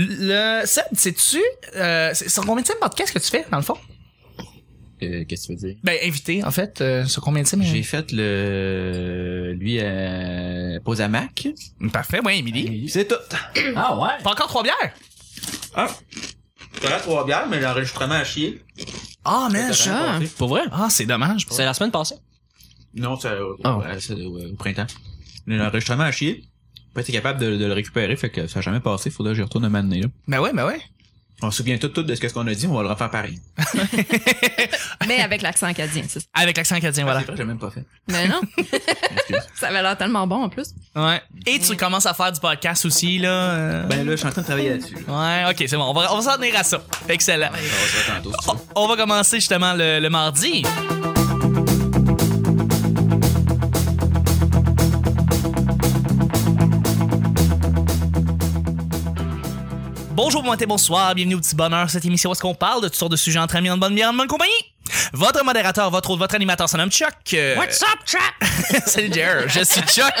Le Seb, sais-tu, euh, c'est- sur combien de podcast que tu fais, dans le fond? Euh, Qu'est-ce que tu veux dire? Ben, invité, en fait, euh, sur combien de J'ai fait le... Lui, euh, pose à Mac. Parfait, ouais, Émilie. C'est tout. Ah ouais? Pas encore trois bières? Ah! T'as la trois bières, mais l'enregistrement a chier. Ah, man, Ça, je- Hein? Pour vrai? Ah, c'est dommage. C'est la semaine passée. Non, c'est euh, Ah. ouais, c'est, euh, au printemps. L'enregistrement a chier. Pas été capable de, de le récupérer, fait que ça a jamais passé. Faudrait que j'y retourne un moment donné, là. Ben ouais, ben ouais. On se souvient tout, tout de ce que- ce qu'on a dit, on va le refaire pareil. Mais avec l'accent acadien, c'est ça. Avec l'accent acadien, Voilà. voilà. C'est vrai, j'ai même pas fait. Mais non, Excuse. ça avait l'air tellement bon en plus. Ouais. Et tu commences à faire du podcast aussi, là. euh. ben là, je suis en train de travailler là-dessus. là. Ouais, ok, c'est bon. On va, on va s'en tenir à ça. Excellent. Ça va se faire tantôt, si tu On, veux. on va commencer justement le, le mardi. Bonjour, bon matin, bonsoir, bienvenue au petit bonheur. Cette émission où est-ce qu'on parle de toutes sortes de sujets entre amis, en bonne bière, en bonne compagnie. Votre modérateur, votre autre, votre animateur, son nom Chuck. Euh, What's up, chat? Salut Jer, je suis Chuck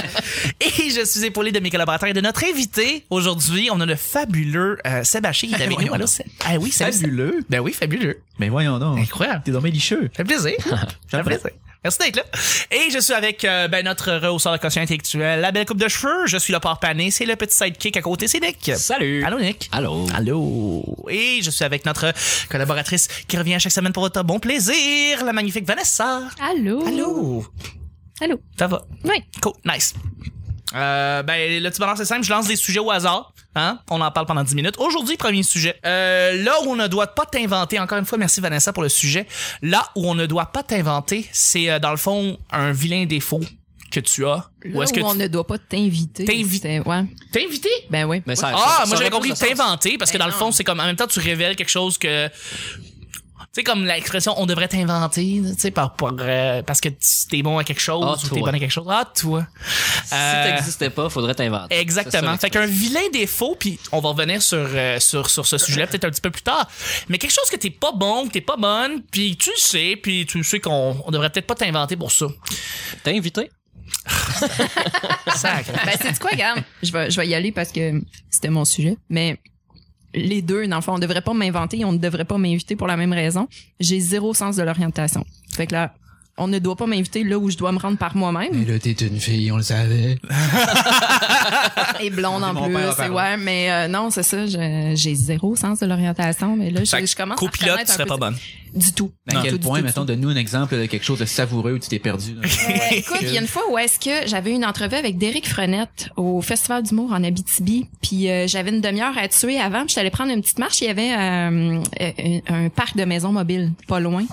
et je suis épaulé de mes collaborateurs et de notre invité. Aujourd'hui, on a le fabuleux euh, Seb Haché qui est avec voyons nous. Allô, donc. Seb? Ah oui, salut, Seb. Fabuleux. Ben oui, fabuleux. Mais voyons donc. Incroyable. T'es dormi licheux. Ça fait plaisir. Ça fait plaisir. Merci d'être là. Et je suis avec euh, ben, notre rehausseur de quotient intellectuel, la belle coupe de cheveux. Je suis le porc pané. C'est le petit sidekick à côté, c'est Nick. Salut. Allô, Nick. Allô. Allô. Et je suis avec notre collaboratrice qui revient chaque semaine pour votre bon plaisir, la magnifique Vanessa. Allô? Allô. Allô? Ça va? Oui. Cool, nice. Euh, ben, le petit bonheur, c'est simple. Je lance des sujets au hasard. Hein? On en parle pendant 10 minutes. Aujourd'hui, premier sujet. Euh, là où on ne doit pas t'inventer, encore une fois, merci Vanessa pour le sujet. Là où on ne doit pas t'inventer, c'est euh, dans le fond un vilain défaut que tu as. Là ou est-ce que où on tu ne doit pas t'inviter. T'inviter. c'était- Ouais. t'es invité? Ben oui. Mais Ah, ça, ça- moi ça j'avais aurait compris plus de sens. t'inventer parce que Ben dans le non. fond, c'est comme en même temps, tu révèles quelque chose que. Tu sais, comme l'expression on devrait t'inventer, tu sais, par, par, euh, parce que t'es bon à quelque chose Ah, ou t'es toi. bon à quelque chose. Ah, toi. Euh, Si t'existais pas, faudrait t'inventer. Exactement. C'est ça, Fait qu'un vilain défaut, puis on va revenir sur, euh, sur, sur ce sujet-là peut-être un petit peu plus tard, mais quelque chose que t'es pas bon, que t'es pas bonne, puis tu le sais, puis tu sais qu'on on devrait peut-être pas t'inventer pour ça. T'es invité? Sacre. Ben, c'est quoi, regarde? Je vais, je vais y aller parce que c'était mon sujet. Mais les deux, dans le fond, on devrait pas m'inventer et on ne devrait pas m'inviter pour la même raison. J'ai zéro sens de l'orientation. Fait que là, on ne doit pas m'inviter là où je dois me rendre par moi-même. là, t'es une fille, on le savait. Et blonde en Mon plus. père a c'est- parlé. Ouais, mais euh, non, c'est ça. je- J'ai zéro sens de l'orientation. Mais là, je, Fait que je commence à copilote, reconnaître tu un serais peu pas ça. bonne. Du tout. à Du tout, quel du point, tout, du mettons, donne-nous un exemple de quelque chose de savoureux où tu t'es perdu. là. Euh, Écoute, il y a une fois où est-ce que j'avais une entrevue avec Derek Frenette au Festival d'humour en Abitibi, puis euh, j'avais une demi-heure à tuer avant, puis j'étais allée prendre une petite marche, il y avait euh, euh, un, un parc de maisons mobiles pas loin.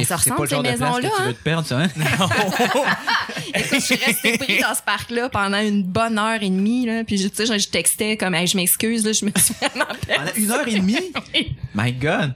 Et se C'est pas ressemble le ces genre de place maisons-là. que tu Hein? veux te perdre, ça, hein? Écoute, je suis restée prise dans ce parc-là pendant une bonne heure et demie, là, puis je, tu sais, je, je textais comme Hey, je m'excuse, là, je me suis vraiment perdue. Pendant une heure et demie? My God!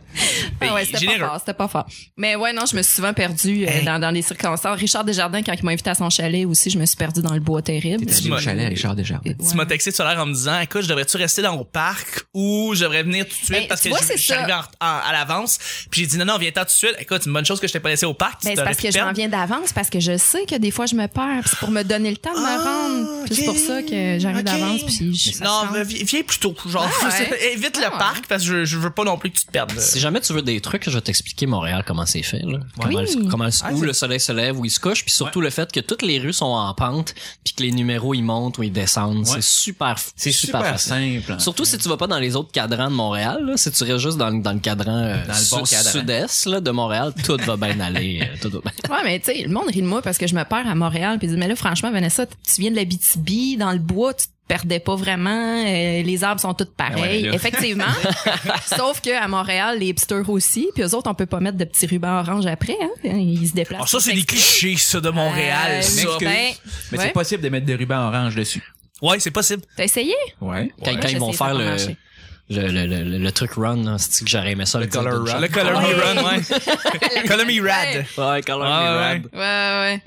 Ben, Ah ouais, c'était pas Généreux. fort, c'était pas fort. Mais ouais, non, je me suis souvent perdue euh, dans, dans les circonstances. Richard Desjardins, quand il m'a invité à son chalet aussi, je me suis perdue dans le bois terrible. T'es allé au m'as- chalet, Richard Desjardins. Tu m'as texté tout à l'heure en me disant écoute, je devrais-tu rester dans mon parc ou je devrais venir tout de suite Ben, parce tu que vois, je, c'est je suis ça. arrivé en- en- à l'avance. Puis j'ai dit non, non, viens-t'en tout de suite. Écoute, c'est une bonne chose que je t'ai pas laissé au parc. tu Ben, c'est t'aurais parce pu que je perdre. m'en viens d'avance, parce que je sais que des fois, je me perds. puis C'est pour me donner le temps de Ah, me rendre. Puis C'est ok. pour ça que j'arrive Ok. d'avance, puis je ça Non, se mais rend. vi- viens plus tôt. Genre, Ah ouais? évite Ah le ouais. parc parce que je, je veux pas non plus que tu te perdes. Si jamais tu veux des trucs, je vais t'expliquer Montréal comment c'est fait. Là. Comment, Oui. le- comment le- Ah, où c'est- le soleil se lève, où il se couche, puis surtout le fait que toutes les rues sont en pente, puis que les numéros ils montent ou ils descendent. Ouais. C'est super, C'est super, facile. simple. hein. Surtout si tu vas pas dans les autres cadrans de Montréal, là, si tu restes juste dans, le- dans le cadran, euh, Dans le bon su- cadran. sud-est là, de Montréal, tout va bien aller. euh, tout va bien. Ouais, mais tu sais, le monde rit de moi parce que je me perds à Montréal. Puis ils disent, mais là, franchement, Vanessa, t- tu viens de la BTB, dans le bois, tu te perdais pas vraiment. euh, les arbres sont tous pareils. Ben ouais, là. Effectivement. Sauf que à Montréal, les hipsters aussi. Puis eux autres, on peut pas mettre de petits rubans orange après. Hein? Ils se déplacent. Ah, ça, c'est des Exprès. clichés, ça, de Montréal. Euh, ça. ben, Mais ouais. c'est possible de mettre des rubans orange dessus. Ouais, c'est possible. T'as essayé? Ouais. Quand, Moi, quand ils j'essaie, vont ça a faire pas le, marché. le, le, le, le truc run, là, c'est que j'aurais aimé ça. Le dire color d'une run. Le Color Me Ouais. Run, ouais. Color Me Rad. shot. Ouais, color Ah, me ouais. rad. Ouais, ouais.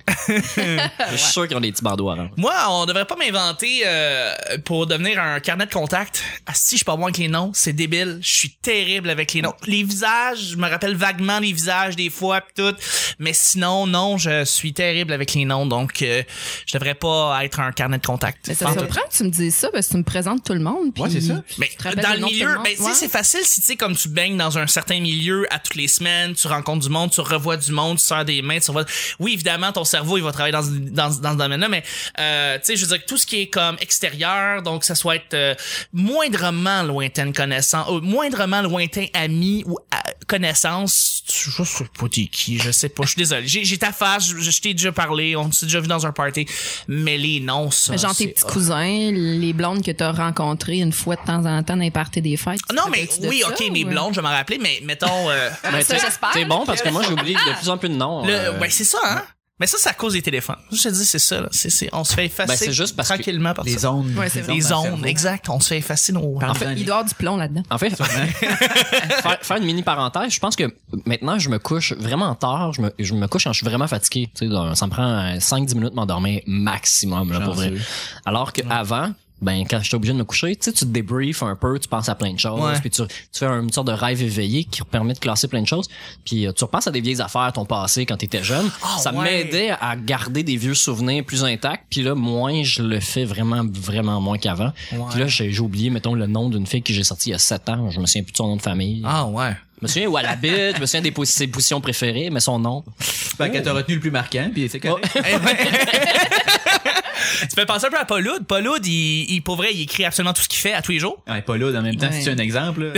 Euh, Je suis sûr qu'ils ont des petits bandeaux avant. Moi, on devrait pas m'inventer euh, pour devenir un carnet de contact. Ah, si je suis pas bon avec les noms, c'est débile. Je suis terrible avec les noms. Les visages, je me rappelle vaguement les visages des fois pis tout. Mais sinon, non, je suis terrible avec les noms, donc euh, je devrais pas être un carnet de contact. Mais ça Pas me en tout. surprend que tu me dises ça parce que tu me présentes tout le monde. Puis Ouais, c'est ça. tu Mais te rappelles dans les le noms de tout milieu, monde. ben, tu sais, Ouais. c'est facile si tu sais comme tu baignes dans un certain milieu à toutes les semaines, tu rencontres du monde, tu revois du monde, tu sers des mains, tu revois... Oui, évidemment, ton cerveau, il va travailler dans, ce- dans, ce- dans ce domaine-là, mais euh, tu sais, je veux dire que tout ce qui est comme extérieur, donc ça soit être euh, moindrement lointaine connaissance, euh, moindrement lointain ami ou euh, connaissance, tu- je sais pas t'es qui, je sais pas, je suis désolé. J'ai j'ai ta face, je, je t'ai déjà parlé, on s'est déjà vu dans un party, mais les noms, ça, Mais genre c'est tes petits cousins, les blondes que t'as rencontrées une fois de temps en temps dans les parties des fêtes. tu te Ah Non, mais rappelles-tu de oui, ça, ok, mes ou- euh, blondes, je vais m'en rappeler, mais mettons. euh, Ah, ça, t'sais, j'espère. C'est bon parce que moi, j'oublie de plus en plus de noms. le- euh, ouais, c'est ça, hein? Mais ça, c'est à cause des téléphones. Je te dis, c'est ça, là. C'est- c'est- on se fait effacer Ben, c'est juste parce que tranquillement par Les ça. ondes. Ouais, c'est vrai. les dans le ondes, cerveau. exact. On se fait effacer nos. En Il doit y avoir du plomb là-dedans. En fait, faire, faire une mini parenthèse, je pense que maintenant, je me couche vraiment tard. Je me, je me couche quand je suis vraiment fatigué. Tu sais, dans- ça me prend euh, 5-10 minutes de m'endormir maximum, là, pour vrai. Chanceux. Alors qu'avant, ben, quand j'étais obligé de me coucher, tu sais, tu te débriefes un peu, tu penses à plein de choses, Ouais. puis tu, tu fais une sorte de rêve éveillé qui permet de classer plein de choses, puis euh, tu repenses à des vieilles affaires, ton passé quand t'étais jeune. Ah, ça ouais. m'aidait à garder des vieux souvenirs plus intacts, puis là, moins je le fais vraiment, vraiment moins qu'avant. Puis là, j'ai j'ai oublié, mettons, le nom d'une fille que j'ai sortie il y a 7 ans, je me souviens plus de son nom de famille. Ah, ouais. Je me souviens où elle habite, je me souviens des pos- ses positions préférées, mais son nom. Fait que t'as Oh. retenu le plus marquant, puis c'est correct. Eh, ouais. tu fais penser un peu à Pauloud. Pauloud, il, il, pour vrai, il écrit absolument tout ce qu'il fait à tous les jours. Ouais, pas là, en même temps, Ouais. c'est un exemple. là.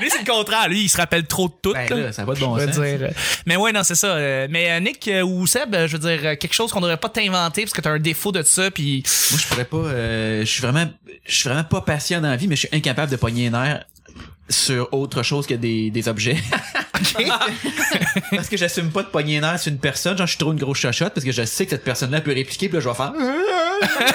Lui, c'est le contraire. Lui, il se rappelle trop de tout. Ben là. là, ça va de bon Je veux sens. dire, euh, Mais ouais, non, c'est ça. euh, Mais euh, Nick euh, ou Seb, euh, je veux dire, euh, quelque chose qu'on devrait pas t'inventer parce que t'as un défaut de ça, puis Moi, je pourrais pas. euh, je suis vraiment, je suis vraiment pas patient dans la vie, mais je suis incapable de pogner un air sur autre chose que des, des objets. parce que j'assume pas de pogner un air sur une personne. Genre, je suis trop une grosse chachotte parce que je sais que cette personne-là peut répliquer, puis là, je vais faire.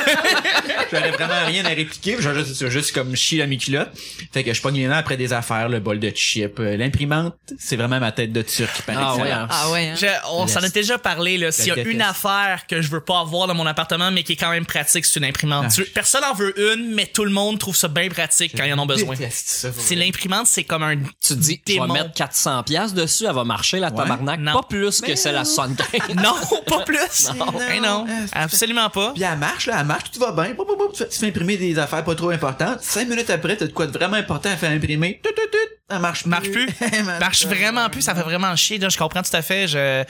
J'aurais vraiment rien à répliquer, puis je vais juste, je vais juste comme chier la mi-culotte. Fait que je pogne un air après des affaires, le bol de chip, euh, l'imprimante. C'est vraiment ma tête de turc, par Ah ouais, excellence. hein. Ah ouais. hein. Je- on Yes. s'en a déjà parlé là. S'il y a déteste. une affaire que je veux pas avoir dans mon appartement, mais qui est quand même pratique, c'est une imprimante. Ah. Tu- Personne en veut une, mais tout le monde trouve ça bien pratique quand ils en ont besoin. Déteste ça, pour C'est vrai. l'imprimante, c'est comme un Tu te dis, je démon. vais mettre 400 pièces dessus, elle va marcher, la Ouais. tabarnak. Non. Pas plus que celle à 75. Non, pas plus. Non. Eh non, Ah, c'est- absolument pas. Puis elle marche, là, elle marche, tout va bien. Pou, pou, pou, tu, fais, tu fais imprimer des affaires pas trop importantes. Cinq minutes après, t'as de quoi de vraiment important à faire imprimer. Tout, tout, tout. Elle marche plus. Marche plus. Elle Marche pas. vraiment plus, ça fait vraiment chier. là, je comprends tout à fait. Je,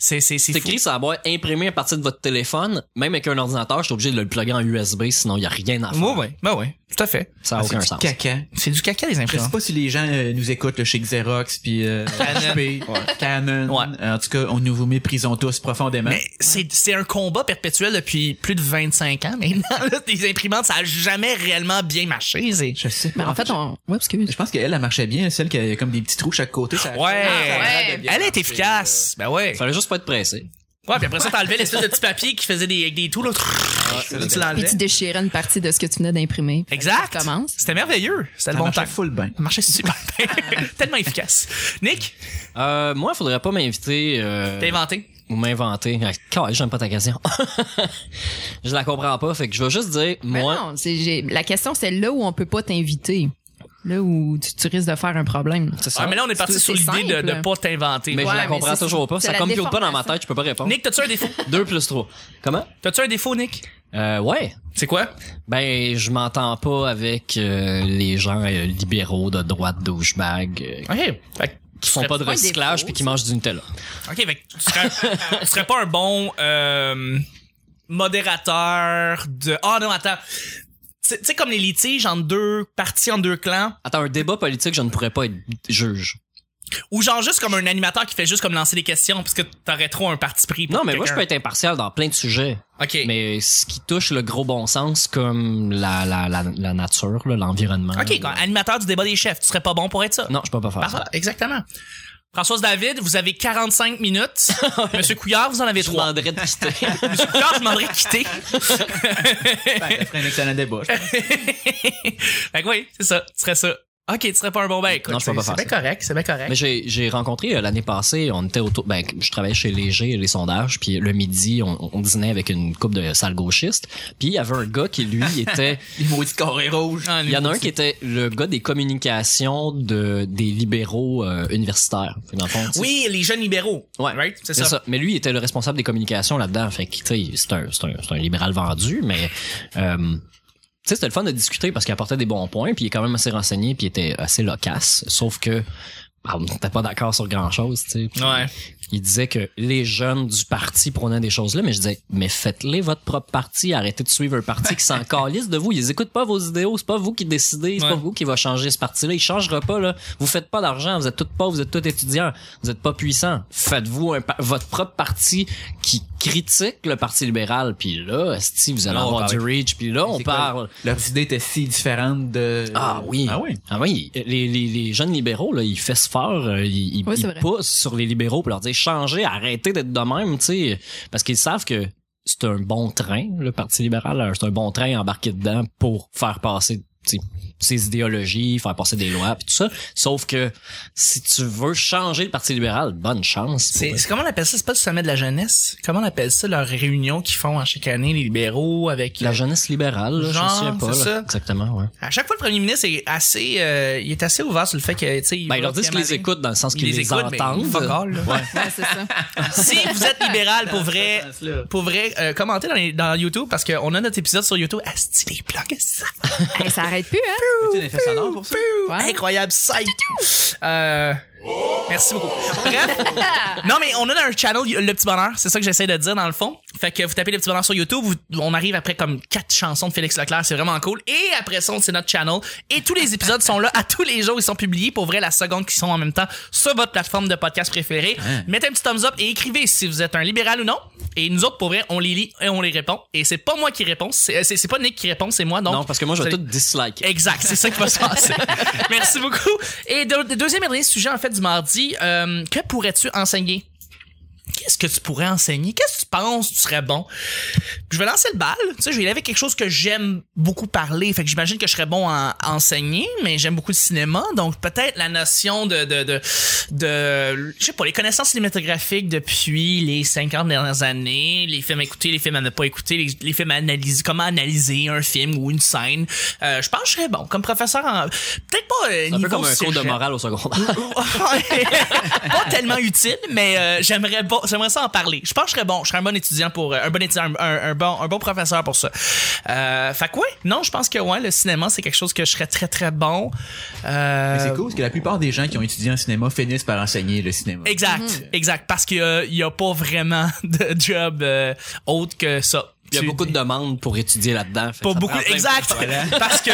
c'est c'est c'est C'est fou. écrit sur la boîte imprimé à partir de votre téléphone, même avec un ordinateur, je suis obligé de le plugger en USB, sinon il n'y a rien à faire. Ouais, ouais, ben ouais, tout à fait. Ça n'a Ah, c'est aucun du sens. caca. C'est du caca les Je sais imprimantes. pas si les gens euh, nous écoutent le chez Xerox puis euh, Canon. HP, Canon. Ouais. En tout cas, on nous vous méprisons tous profondément. Mais c'est c'est un combat perpétuel depuis plus de 25 ans maintenant. là. les imprimantes, ça a jamais réellement bien marché. C'est Je sais pas. Mais en fait, on. Ouais, excuse. je pense qu'elle, elle marchait bien, celle qui a comme des petits trous chaque côté. Ah, Ça- Ouais. ouais. bien Elle est marché, efficace. Ben ouais. Il fallait juste pas être pressé. Ouais, puis après ça, t'enlevais l'espèce de petit papier qui faisait des, avec des trous, là. Ah, là. tu Et l'enlevais. tu déchirais une partie de ce que tu venais d'imprimer. Exact. Ça commence. C'était merveilleux. C'était Ça le bon marchait temps. full bien. Ça marchait super bien. Tellement efficace. Nick, Euh, moi, il faudrait pas m'inviter euh, t'as inventé. ou m'inventer. Ah, calme, j'aime pas ta question. je la comprends pas, fait que je vais juste dire, Mais moi, non, c'est- j'ai- la question, c'est là où on peut pas t'inviter. Là où tu, tu risques de faire un problème. c'est ça. Ah, mais là, on est parti C'est- sur c'est l'idée de, simple. de pas t'inventer. Mais Ouais, je la mais comprends c'est- toujours pas. c'est Ça la compute pas dans ma déformation. tête, je peux pas répondre. Nick, t'as-tu un défaut? 2 plus 3. Comment? T'as-tu un défaut, Nick? Euh, ouais. C'est quoi? Ben, je m'entends pas avec euh, les gens euh, libéraux de droite douchebag euh, OK. Fait que- qui font pas de pas un défaut, recyclage puis qui mangent du Nutella. OK, fait que tu serais, tu serais pas un bon euh, modérateur de... Ah non, attends. Tu tu sais, comme les litiges entre deux parties, entre deux clans, Attends, un débat politique, je ne pourrais pas être juge. Ou genre juste comme un animateur qui fait juste comme lancer des questions parce que t'aurais trop un parti pris. Pour Non, mais moi, je peux quelqu'un. être impartial dans plein de sujets. Ok. Mais ce qui touche le gros bon sens, comme la, la, la, la nature, là, l'environnement. Ok, quand animateur du débat des chefs, tu serais pas bon pour être ça. Non, je peux pas faire Parfait, ça. exactement. Françoise David, vous avez 45 minutes. Monsieur Couillard, vous en avez Je trois. demanderais de quitter. Monsieur Couillard, je demanderais de quitter. Ben, ça ferait un excellent débat. je pense. Fait que oui, c'est ça. Tu serais ça. Ok, tu serais pas un bon ben, écoute. Non, je peux pas c'est faire bien correct, c'est bien correct. Mais j'ai, j'ai rencontré euh, l'année passée, on était autour, ben, je travaillais chez Léger, les sondages, puis le midi, on, on dînait avec une coupe de salles gauchistes, puis il y avait un gars qui, lui, était, Les maudits carrés rouges. Ah, il y en a un qui était le gars des communications de, des libéraux euh, universitaires. Fait que dans le fond, tu sais, Oui, les jeunes libéraux. Ouais. Right? C'est c'est ça. ça. Mais lui, il était le responsable des communications là-dedans. Fait que, tu sais, c'est un, c'est un, c'est un libéral vendu, mais, euh, tu sais, c'était le fun de discuter parce qu'il apportait des bons points, puis il est quand même assez renseigné, puis il était assez loquace. Sauf que, bah, on n'était pas d'accord sur grand-chose, tu sais. Puis Ouais. Il disait que les jeunes du parti prenaient des choses là, mais je disais, mais faites-les votre propre parti, arrêtez de suivre un parti qui s'en calisse de vous. Ils écoutent pas vos idéaux, c'est pas vous qui décidez, c'est Ouais. pas vous qui va changer ce parti-là. Il changera pas, là. Vous faites pas d'argent, vous êtes toutes pauvres, vous êtes tous étudiants, vous êtes pas puissants. Faites-vous un, pa- votre propre parti qui critique le parti libéral, puis là, si vous allez Là, on avoir parle. du reach, puis là, on C'est quoi? parle. Leurs idées étaient si différentes de. Ah oui. Ah oui. Ah oui, les, les, les jeunes libéraux, là, ils fessent fort, euh, ils, ils- Oui, c'est ils vrai. poussent sur les libéraux pour leur dire changez, arrêtez d'être de même, tu sais, parce qu'ils savent que c'est un bon train, le Parti libéral, euh, c'est un bon train embarqué dedans pour faire passer tu sais, ses idéologies, faire passer des lois, puis tout ça. Sauf que si tu veux changer le Parti libéral, bonne chance. C'est, c'est- comment on appelle ça? C'est pas du sommet de la jeunesse? Comment on appelle ça, leur réunion qu'ils font à chaque année, les libéraux, avec... euh, La jeunesse libérale, là, Genre, je ne sais pas. c'est là. ça. Exactement, ouais. À chaque fois, le premier ministre est assez, euh, il est assez ouvert sur le fait que, tu sais, Ben, ils leur disent disent qu'ils les écoutent dans le sens Ils qu'ils les les, écoutent, mais entendent. fuck all, là. Ouais, c'est ça. si vous êtes libéral pour vrai, Dans ce sens-là. pour vrai, euh, commentez dans, les- dans YouTube parce qu'on a notre épisode sur YouTube. Asti les blogs, ça. Hey, ça arrête plus, hein? Tu as un effet sonore pour ça? Ouais. Incroyable site. Euh, merci beaucoup. Bref. non mais on a un channel le petit bonheur, c'est ça que j'essaie de dire dans le fond. Fait que vous tapez le petit bonheur sur YouTube, vous- on arrive après comme quatre chansons de Félix Leclerc, c'est vraiment cool. Et après ça, c'est notre channel et tous les épisodes sont là à tous les jours, ils sont publiés pour vrai la seconde qui sont en même temps sur votre plateforme de podcast préférée. Mettez un petit thumbs up et écrivez si vous êtes un libéral ou non. Et nous autres pour vrai, on les lit et on les répond. Et c'est pas moi qui réponds, c'est c'est- c'est pas Nick qui répond, c'est moi donc. Non, parce que moi, je vais c'est- tout disliker. Exact, c'est ça qui va se passer. Merci beaucoup. Et de- deuxième et dernier sujet, en fait, du mardi, euh, que pourrais-tu enseigner? Qu'est-ce que tu pourrais enseigner? Qu'est-ce que tu penses que tu serais bon? Je vais lancer le bal. Tu sais, je vais y aller avec quelque chose que j'aime beaucoup parler. Fait que j'imagine que je serais bon à à enseigner, mais j'aime beaucoup le cinéma. Donc, peut-être la notion de, de, de, de, je sais pas, les connaissances cinématographiques depuis les 50 dernières années, les films écoutés, les films à ne pas écouter, les, les films à analyser, comment analyser un film ou une scène. Euh, je pense que je serais bon. Comme professeur, en- peut-être pas euh, un peu niveau comme un cours de sujet. morale au secondaire. pas tellement utile, mais euh, j'aimerais bon, j'aimerais ça en parler. Je pense que je serais bon, je serais un bon étudiant pour euh, un bon étudiant, un, un- un bon un bon professeur pour ça. Euh, fait que ouais, non, je pense que ouais, le cinéma c'est quelque chose que je serais très très bon. Euh, Mais c'est cool parce que la plupart des gens qui ont étudié en cinéma finissent par enseigner le cinéma. Exact, exact, parce qu'il y a- il y a pas vraiment de job euh, autre que ça. Il y a Tu- beaucoup de demandes pour étudier là-dedans. Fait que Pas ça beaucoup, prend plein de- exact. Parce que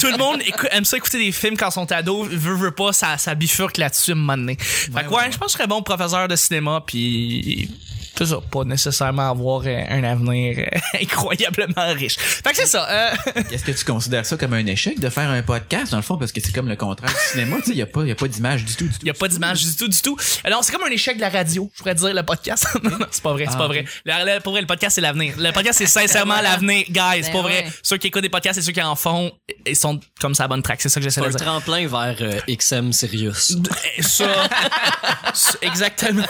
tout le monde écou- aime ça écouter des films quand ils sont ados, veut, veut pas, ça, ça bifurque là-dessus à un moment donné. Fait que ouais, je pense que je serais bon professeur de cinéma, puis tout ça, pas nécessairement avoir euh, un avenir euh, incroyablement riche. Fait que c'est ça. euh, Est-ce que tu considères ça comme un échec de faire un podcast dans le fond parce que c'est comme le contraire du cinéma, tu sais, il y a pas il y a pas d'image du tout du tout. Il n'y a pas d'image du tout, du tout. Alors, c'est comme un échec de la radio, je pourrais dire, le podcast. non, non, c'est pas vrai, c'est Ah, pas vrai. La- la- pour vrai, le podcast, c'est l'avenir. Le podcast, c'est sincèrement l'avenir, guys. C'est Ben pas vrai. ouais. Ceux qui écoutent des podcasts et ceux qui en font, ils sont comme ça à la bonne track. C'est ça que j'essaie C'est de un dire. tremplin vers euh, XM Sirius. Eh, Ça, ça, exactement.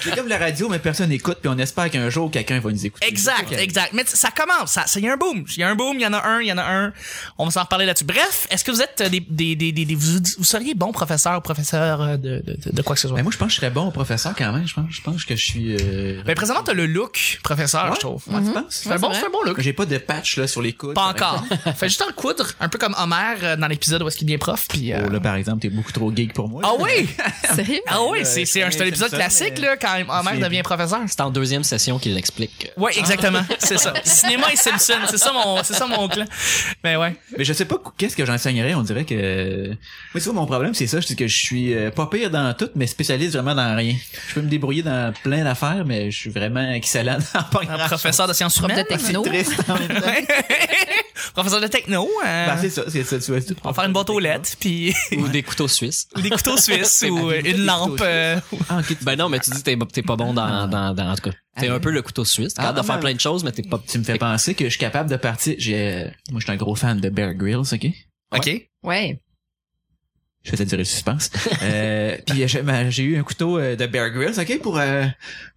C'est comme la radio mais personne n'écoute puis on espère qu'un jour quelqu'un va nous écouter. Exact, exact. Mais t- ça commence, ça, ça- il y a un boom. Il y a un boom, il y en a un, il y en a un. On va s'en reparler là-dessus. Bref, est-ce que vous êtes euh, des, des, des, des- des- vous, vous seriez bon professeur ou professeur euh, de, de, de- de quoi que ce soit? Ben moi je pense que je serais bon au professeur quand même, je pense je pense que je suis euh... Ben, présentement, t'as le look professeur, Ouais? Mhm. je trouve. Ouais, tu penses C'est un bon, vrai. c'est un bon look. J'ai pas de patch là sur les coudes. Pas par encore. exemple. Fais juste en coudre, un peu comme Homer euh, dans l'épisode où est-ce qu'il devient prof. Puis, euh, Oh, là par exemple, t'es beaucoup trop geek pour moi. Ah oui! Sérieux? Ah oui, Euh, c'est c'est un, c'est un Simpson, épisode classique mais- là, quand Homer C'est- devient professeur. Ah. C'est en deuxième session qu'il l'explique. Ouais, exactement. C'est ça. Cinéma et Simpson. C'est ça mon, c'est ça mon clan. Mais ouais. Mais je sais pas qu- qu'est-ce que j'enseignerais. On dirait que. Moi, tu vois, mon problème, c'est ça. C'est que je suis euh, pas pire dans tout, mais spécialiste vraiment dans rien. Je peux me débrouiller dans plein d'affaires, mais je suis vraiment excellent dans pas Un grand-chose. professeur de sciences Prof de humaines. techno. Triste en même temps. professeur de techno. euh, Ben, c'est ça, c'est ça, tu vois. c'est- on va faire une boîte aux lettres, puis euh, Ou des couteaux suisses. des couteaux suisses ou euh, une lampe. euh, Ah, ok, tu- Ben non, mais tu dis que t'es t'es pas bon dans, dans, dans- En tout cas, t'es Ah, un peu le couteau suisse. T'es Ah, capable de faire mais- plein de choses, mais t'es pas... tu me fais penser que je suis capable de partir. J'ai, euh, moi, je suis un gros fan de Bear Grylls, ok? OK. Ouais. Je faisais durer le suspense. Euh, puis j'ai ma- j'ai eu un couteau euh, de Bear Grylls, ok, pour euh,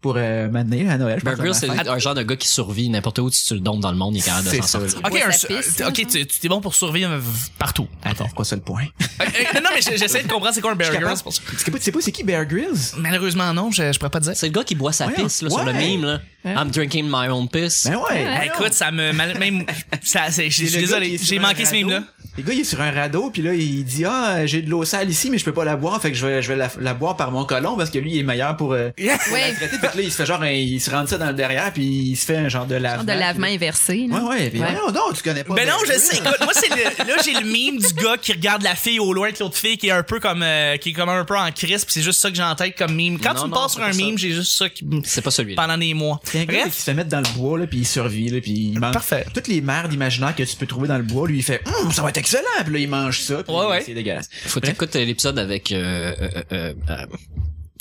pour euh, m'amener à Noël. je Bear pense, à Grylls, ma c'est fête. un genre de gars qui survit n'importe où tu, tu le donnes dans le monde, il est capable de C'est s'en ça. sortir. OK, Ouais, un, ça pisse, OK, tu tu- t'es bon pour survivre partout. Attends, pourquoi ça le point Euh, euh, non, mais j'- j'essaie de comprendre c'est quoi un Bear Je suis Grylls. capable- Tu sais pas- tu sais pas c'est qui Bear Grylls Malheureusement, non, je, je pourrais pas te dire. C'est le gars qui boit sa Ouais, pisse là, sur le ouais. mime. Là. Ouais. I'm drinking my own piss. Ben ouais. Eh, écoute, ça me. mal- même, ça, c'est- je suis désolé, j'ai manqué ce mime-là. Le gars, il est sur un radeau, puis là, il dit Ah, j'ai de l'eau sale ici, mais je peux pas la boire, fait que je vais, je vais la, la boire par mon colon parce que lui, il est meilleur pour. Euh, pour Ouais. la traiter. Fait que là, il se fait genre, un- il se rentre ça dans le derrière, puis il se fait un genre de Genre lavement. de lavement inversé. puis- là. Ouais, ouais, puis Ouais. non, non, tu connais pas. Ben non, Bear je Grylls. sais. Écoute, moi, c'est le- là, j'ai le mime du gars qui regarde la fille au loin avec l'autre fille qui est un peu comme, euh, qui est comme un peu en crise, pis c'est juste ça que j'ai en tête comme mime. Quand Non, tu me non, passes c'est sur un pas ça. mime, j'ai juste ça qui me- C'est pas celui-là. pendant des mois. C'est un gars qui Bref, se fait mettre dans le bois, là, puis il survit, là, puis il mange. Parfait. Toutes les merdes imaginaires que tu peux trouver dans le bois, lui, il fait Hum, ça va être excellent, puis là, il mange ça, puis Ouais, ouais. c'est dégueulasse. Faut que Bref. t'écoutes euh, l'épisode avec... Euh, euh, euh, euh,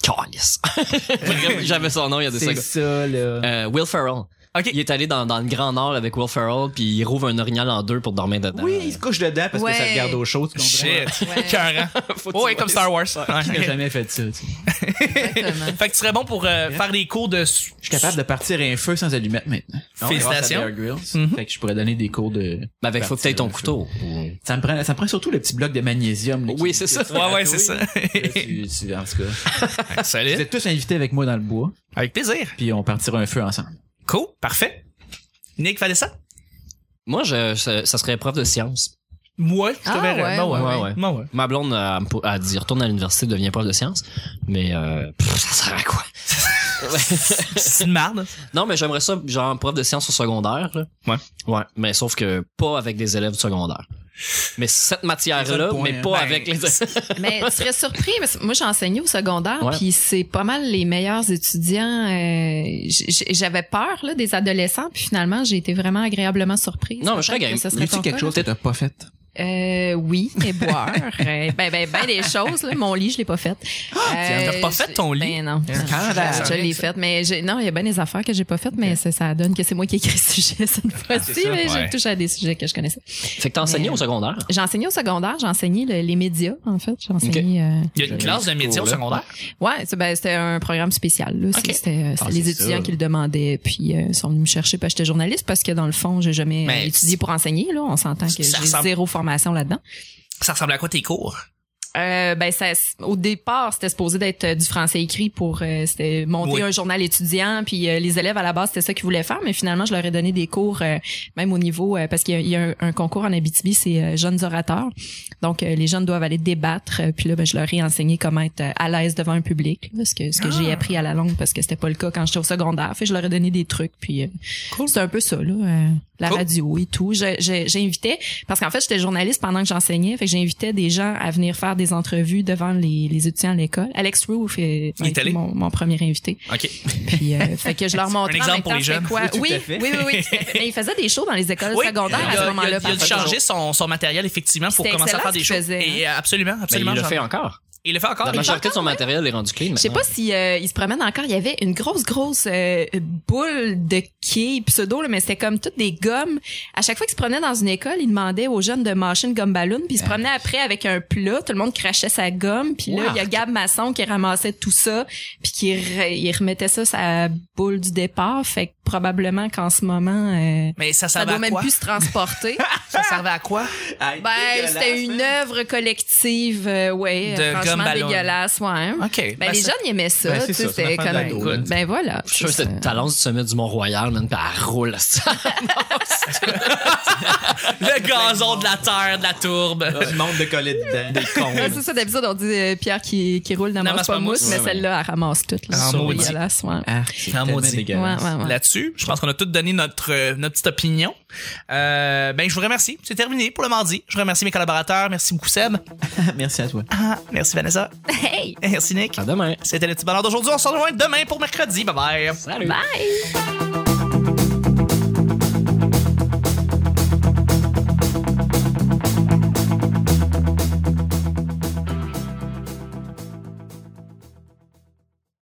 Calisse. Vraiment, J'avais son nom il y a des C'est secondes. ça, là. Euh, Will Ferrell. OK. Il est allé dans, dans le Grand Nord avec Will Ferrell, puis il rouvre un orignal en deux pour dormir dedans. Oui, il se couche dedans parce Ouais. que ça le garde au chaud, tu comprends? euh, shit. Ouais. Écœurant. Faut que tu Ouais, comme vois Star Wars. Qui Ouais, n'a ok. jamais fait ça, tu sais. Exactement. Fait que tu serais bon pour euh, faire des cours de. Je suis capable de partir un feu sans allumette maintenant. Félicitations. Grâce à Bear Grylls. Mhm. Fait que je pourrais donner des cours de. Ben, avec, faut que t'aies ton couteau. Ça me prend, ça me prend surtout le petit bloc de magnésium. là, qui- Oui, c'est ça. Ouais, ouais, c'est ça. Hein? Là, tu- tu- en tout cas, vous Salut. êtes tous invités avec moi dans le bois, Avec plaisir. puis on partira un feu ensemble. Cool. Parfait. Nick, fallait ça? Moi, je, ça, ça serait prof de sciences. Moi, je te Ah, verrais. ouais, Ben ouais, ouais, ouais. Ben ouais. Ma blonde a, a dit retourne à l'université, deviens prof de sciences. Mais euh, pff, ça sert à quoi? C'est une marde. Non, mais j'aimerais ça, genre prof de sciences au secondaire. là. Ouais. Ouais, mais sauf que pas avec des élèves du secondaire. Mais cette C'est ça matière-là, le point, mais hein. pas Ben, avec les Mais tu serais surpris parce que moi j'ai enseigné au secondaire Ouais. puis c'est pas mal les meilleurs étudiants. euh, j- j- J'avais peur là des adolescents puis finalement j'ai été vraiment agréablement surprise. Non, mais je serais Peut-être game. que ce Y serait a-t-il ton quelque cas, hein? chose que t'as pas fait? là. Euh, oui, et boire. Euh, ben ben ben des choses là. Mon lit je l'ai pas fait. Euh, t'as pas fait je- ton lit? Ben non. Scandale. Je l'ai faite, mais j'ai- non, il y a bien des affaires que j'ai pas faites, mais ça, ça donne que c'est moi qui ai écrit le sujet cette fois-ci, c'est ça. Ouais. mais j'ai touché à des sujets que je connaissais. Fait que t'as enseigné Mais- au secondaire. J'ai enseigné au secondaire, j'ai enseigné le- les médias, en fait. J'ai enseigné. euh, Il y a une classe de métier au cours-là. secondaire. Ouais, c'est- ben, c'était un programme spécial. là. C'est- C'était euh, c'était Ah, les c'est étudiants ça. qui le demandaient, puis euh, ils sont venus me chercher, puis j'étais journaliste, parce que dans le fond, j'ai jamais euh, Mais- étudié pour enseigner. Là, on s'entend que Ça j'ai ressemble- zéro formation là-dedans. Ça ressemble à quoi tes cours? Euh, ben ça, au départ, c'était supposé d'être euh, du français écrit pour euh, c'était monter Oui. un journal étudiant. Puis euh, les élèves à la base, c'était ça qu'ils voulaient faire, mais finalement, je leur ai donné des cours euh, même au niveau euh, parce qu'il y a, il y a un, un concours en Abitibi, c'est euh, jeunes orateurs. Donc euh, les jeunes doivent aller débattre. euh, puis là, ben, je leur ai enseigné comment être euh, à l'aise devant un public, là, ce que ce que j'ai appris à la longue parce que c'était pas le cas quand j'étais au secondaire. Fait que je leur ai donné des trucs. Puis euh, c'est un peu ça là, euh, la Cool. radio et tout. Je- je- J'invitais parce qu'en fait, j'étais journaliste pendant que j'enseignais. Fait que j'invitais des gens à venir faire des entrevues devant les, les étudiants à l'école. Alex Roof est, Il est allé? mon, mon premier invité. OK. Puis, euh, fait que je leur montrais. en exemple même pour temps, les c'était jeunes. Quoi. Oui, tout Oui, à oui, fait. oui, oui, tout à fait. Mais ils faisaient des shows dans les écoles Oui, secondaires il à a- ce moment-là. Il a, il a dû parfois. changer son, son matériel, effectivement, pour C'était commencer à faire des shows. excellent ce qu'il faisait, hein. Et euh, absolument, Mais il absolument. le j'en- fait encore. il le fait encore. La il- majorité de son matériel est rendu clean. Je sais maintenant. pas si euh, ils se promènent encore. Il y avait une grosse, grosse euh, boule de quai pseudo, là, mais c'était comme toutes des gommes. À chaque fois qu'ils se promenaient dans une école, ils demandaient aux jeunes de mâcher une gomme ballon, puis ils se promenaient après avec un plat. Tout le monde crachait sa gomme, puis là, Wow. il y a Gab Masson qui ramassait tout ça, puis qui re- il remettait ça sa boule du départ. Fait que probablement qu'en ce moment, euh, Mais ça ça servait doit à même quoi? plus se transporter. Ça servait à quoi? ben, c'était une œuvre collective, euh, ouais, De gomme franchement ballon. dégueulasse, ouais. hein. OK. Ben, Ben, les ça- jeunes ils aimaient ça, Ben, c'est tu sais, ça, c'est c'était une affaire comme d'ado, là. ben voilà. Je suis sûr que c'est c'était le talent du sommet du Mont-Royal. cheval, man, pis elle roule. Le gazon de la terre, de la tourbe. Du monde de coller dedans. Des cons. Ouais, c'est Ah, ça, d'habitude, on dit euh, Pierre qui, qui roule n'amasse pas mousse, mais Ouais, celle-là, elle ramasse toute. Là, Ah, C'est maudit. dégueulasse, ouais. Ah, c'est Ah, tellement maudit. dégueulasse. Ouais, ouais, ouais. Là-dessus, je pense qu'on a tous donné notre, euh, notre petite opinion. Euh, ben, je vous remercie. C'est terminé pour le mardi. Je remercie mes collaborateurs. Merci beaucoup, Seb. Merci à toi. Ah, merci, Vanessa. Hey! Merci, Nick. À demain. C'était le petit bonheur d'aujourd'hui. On se rejoint demain pour mercredi. Bye bye. Salut. Bye!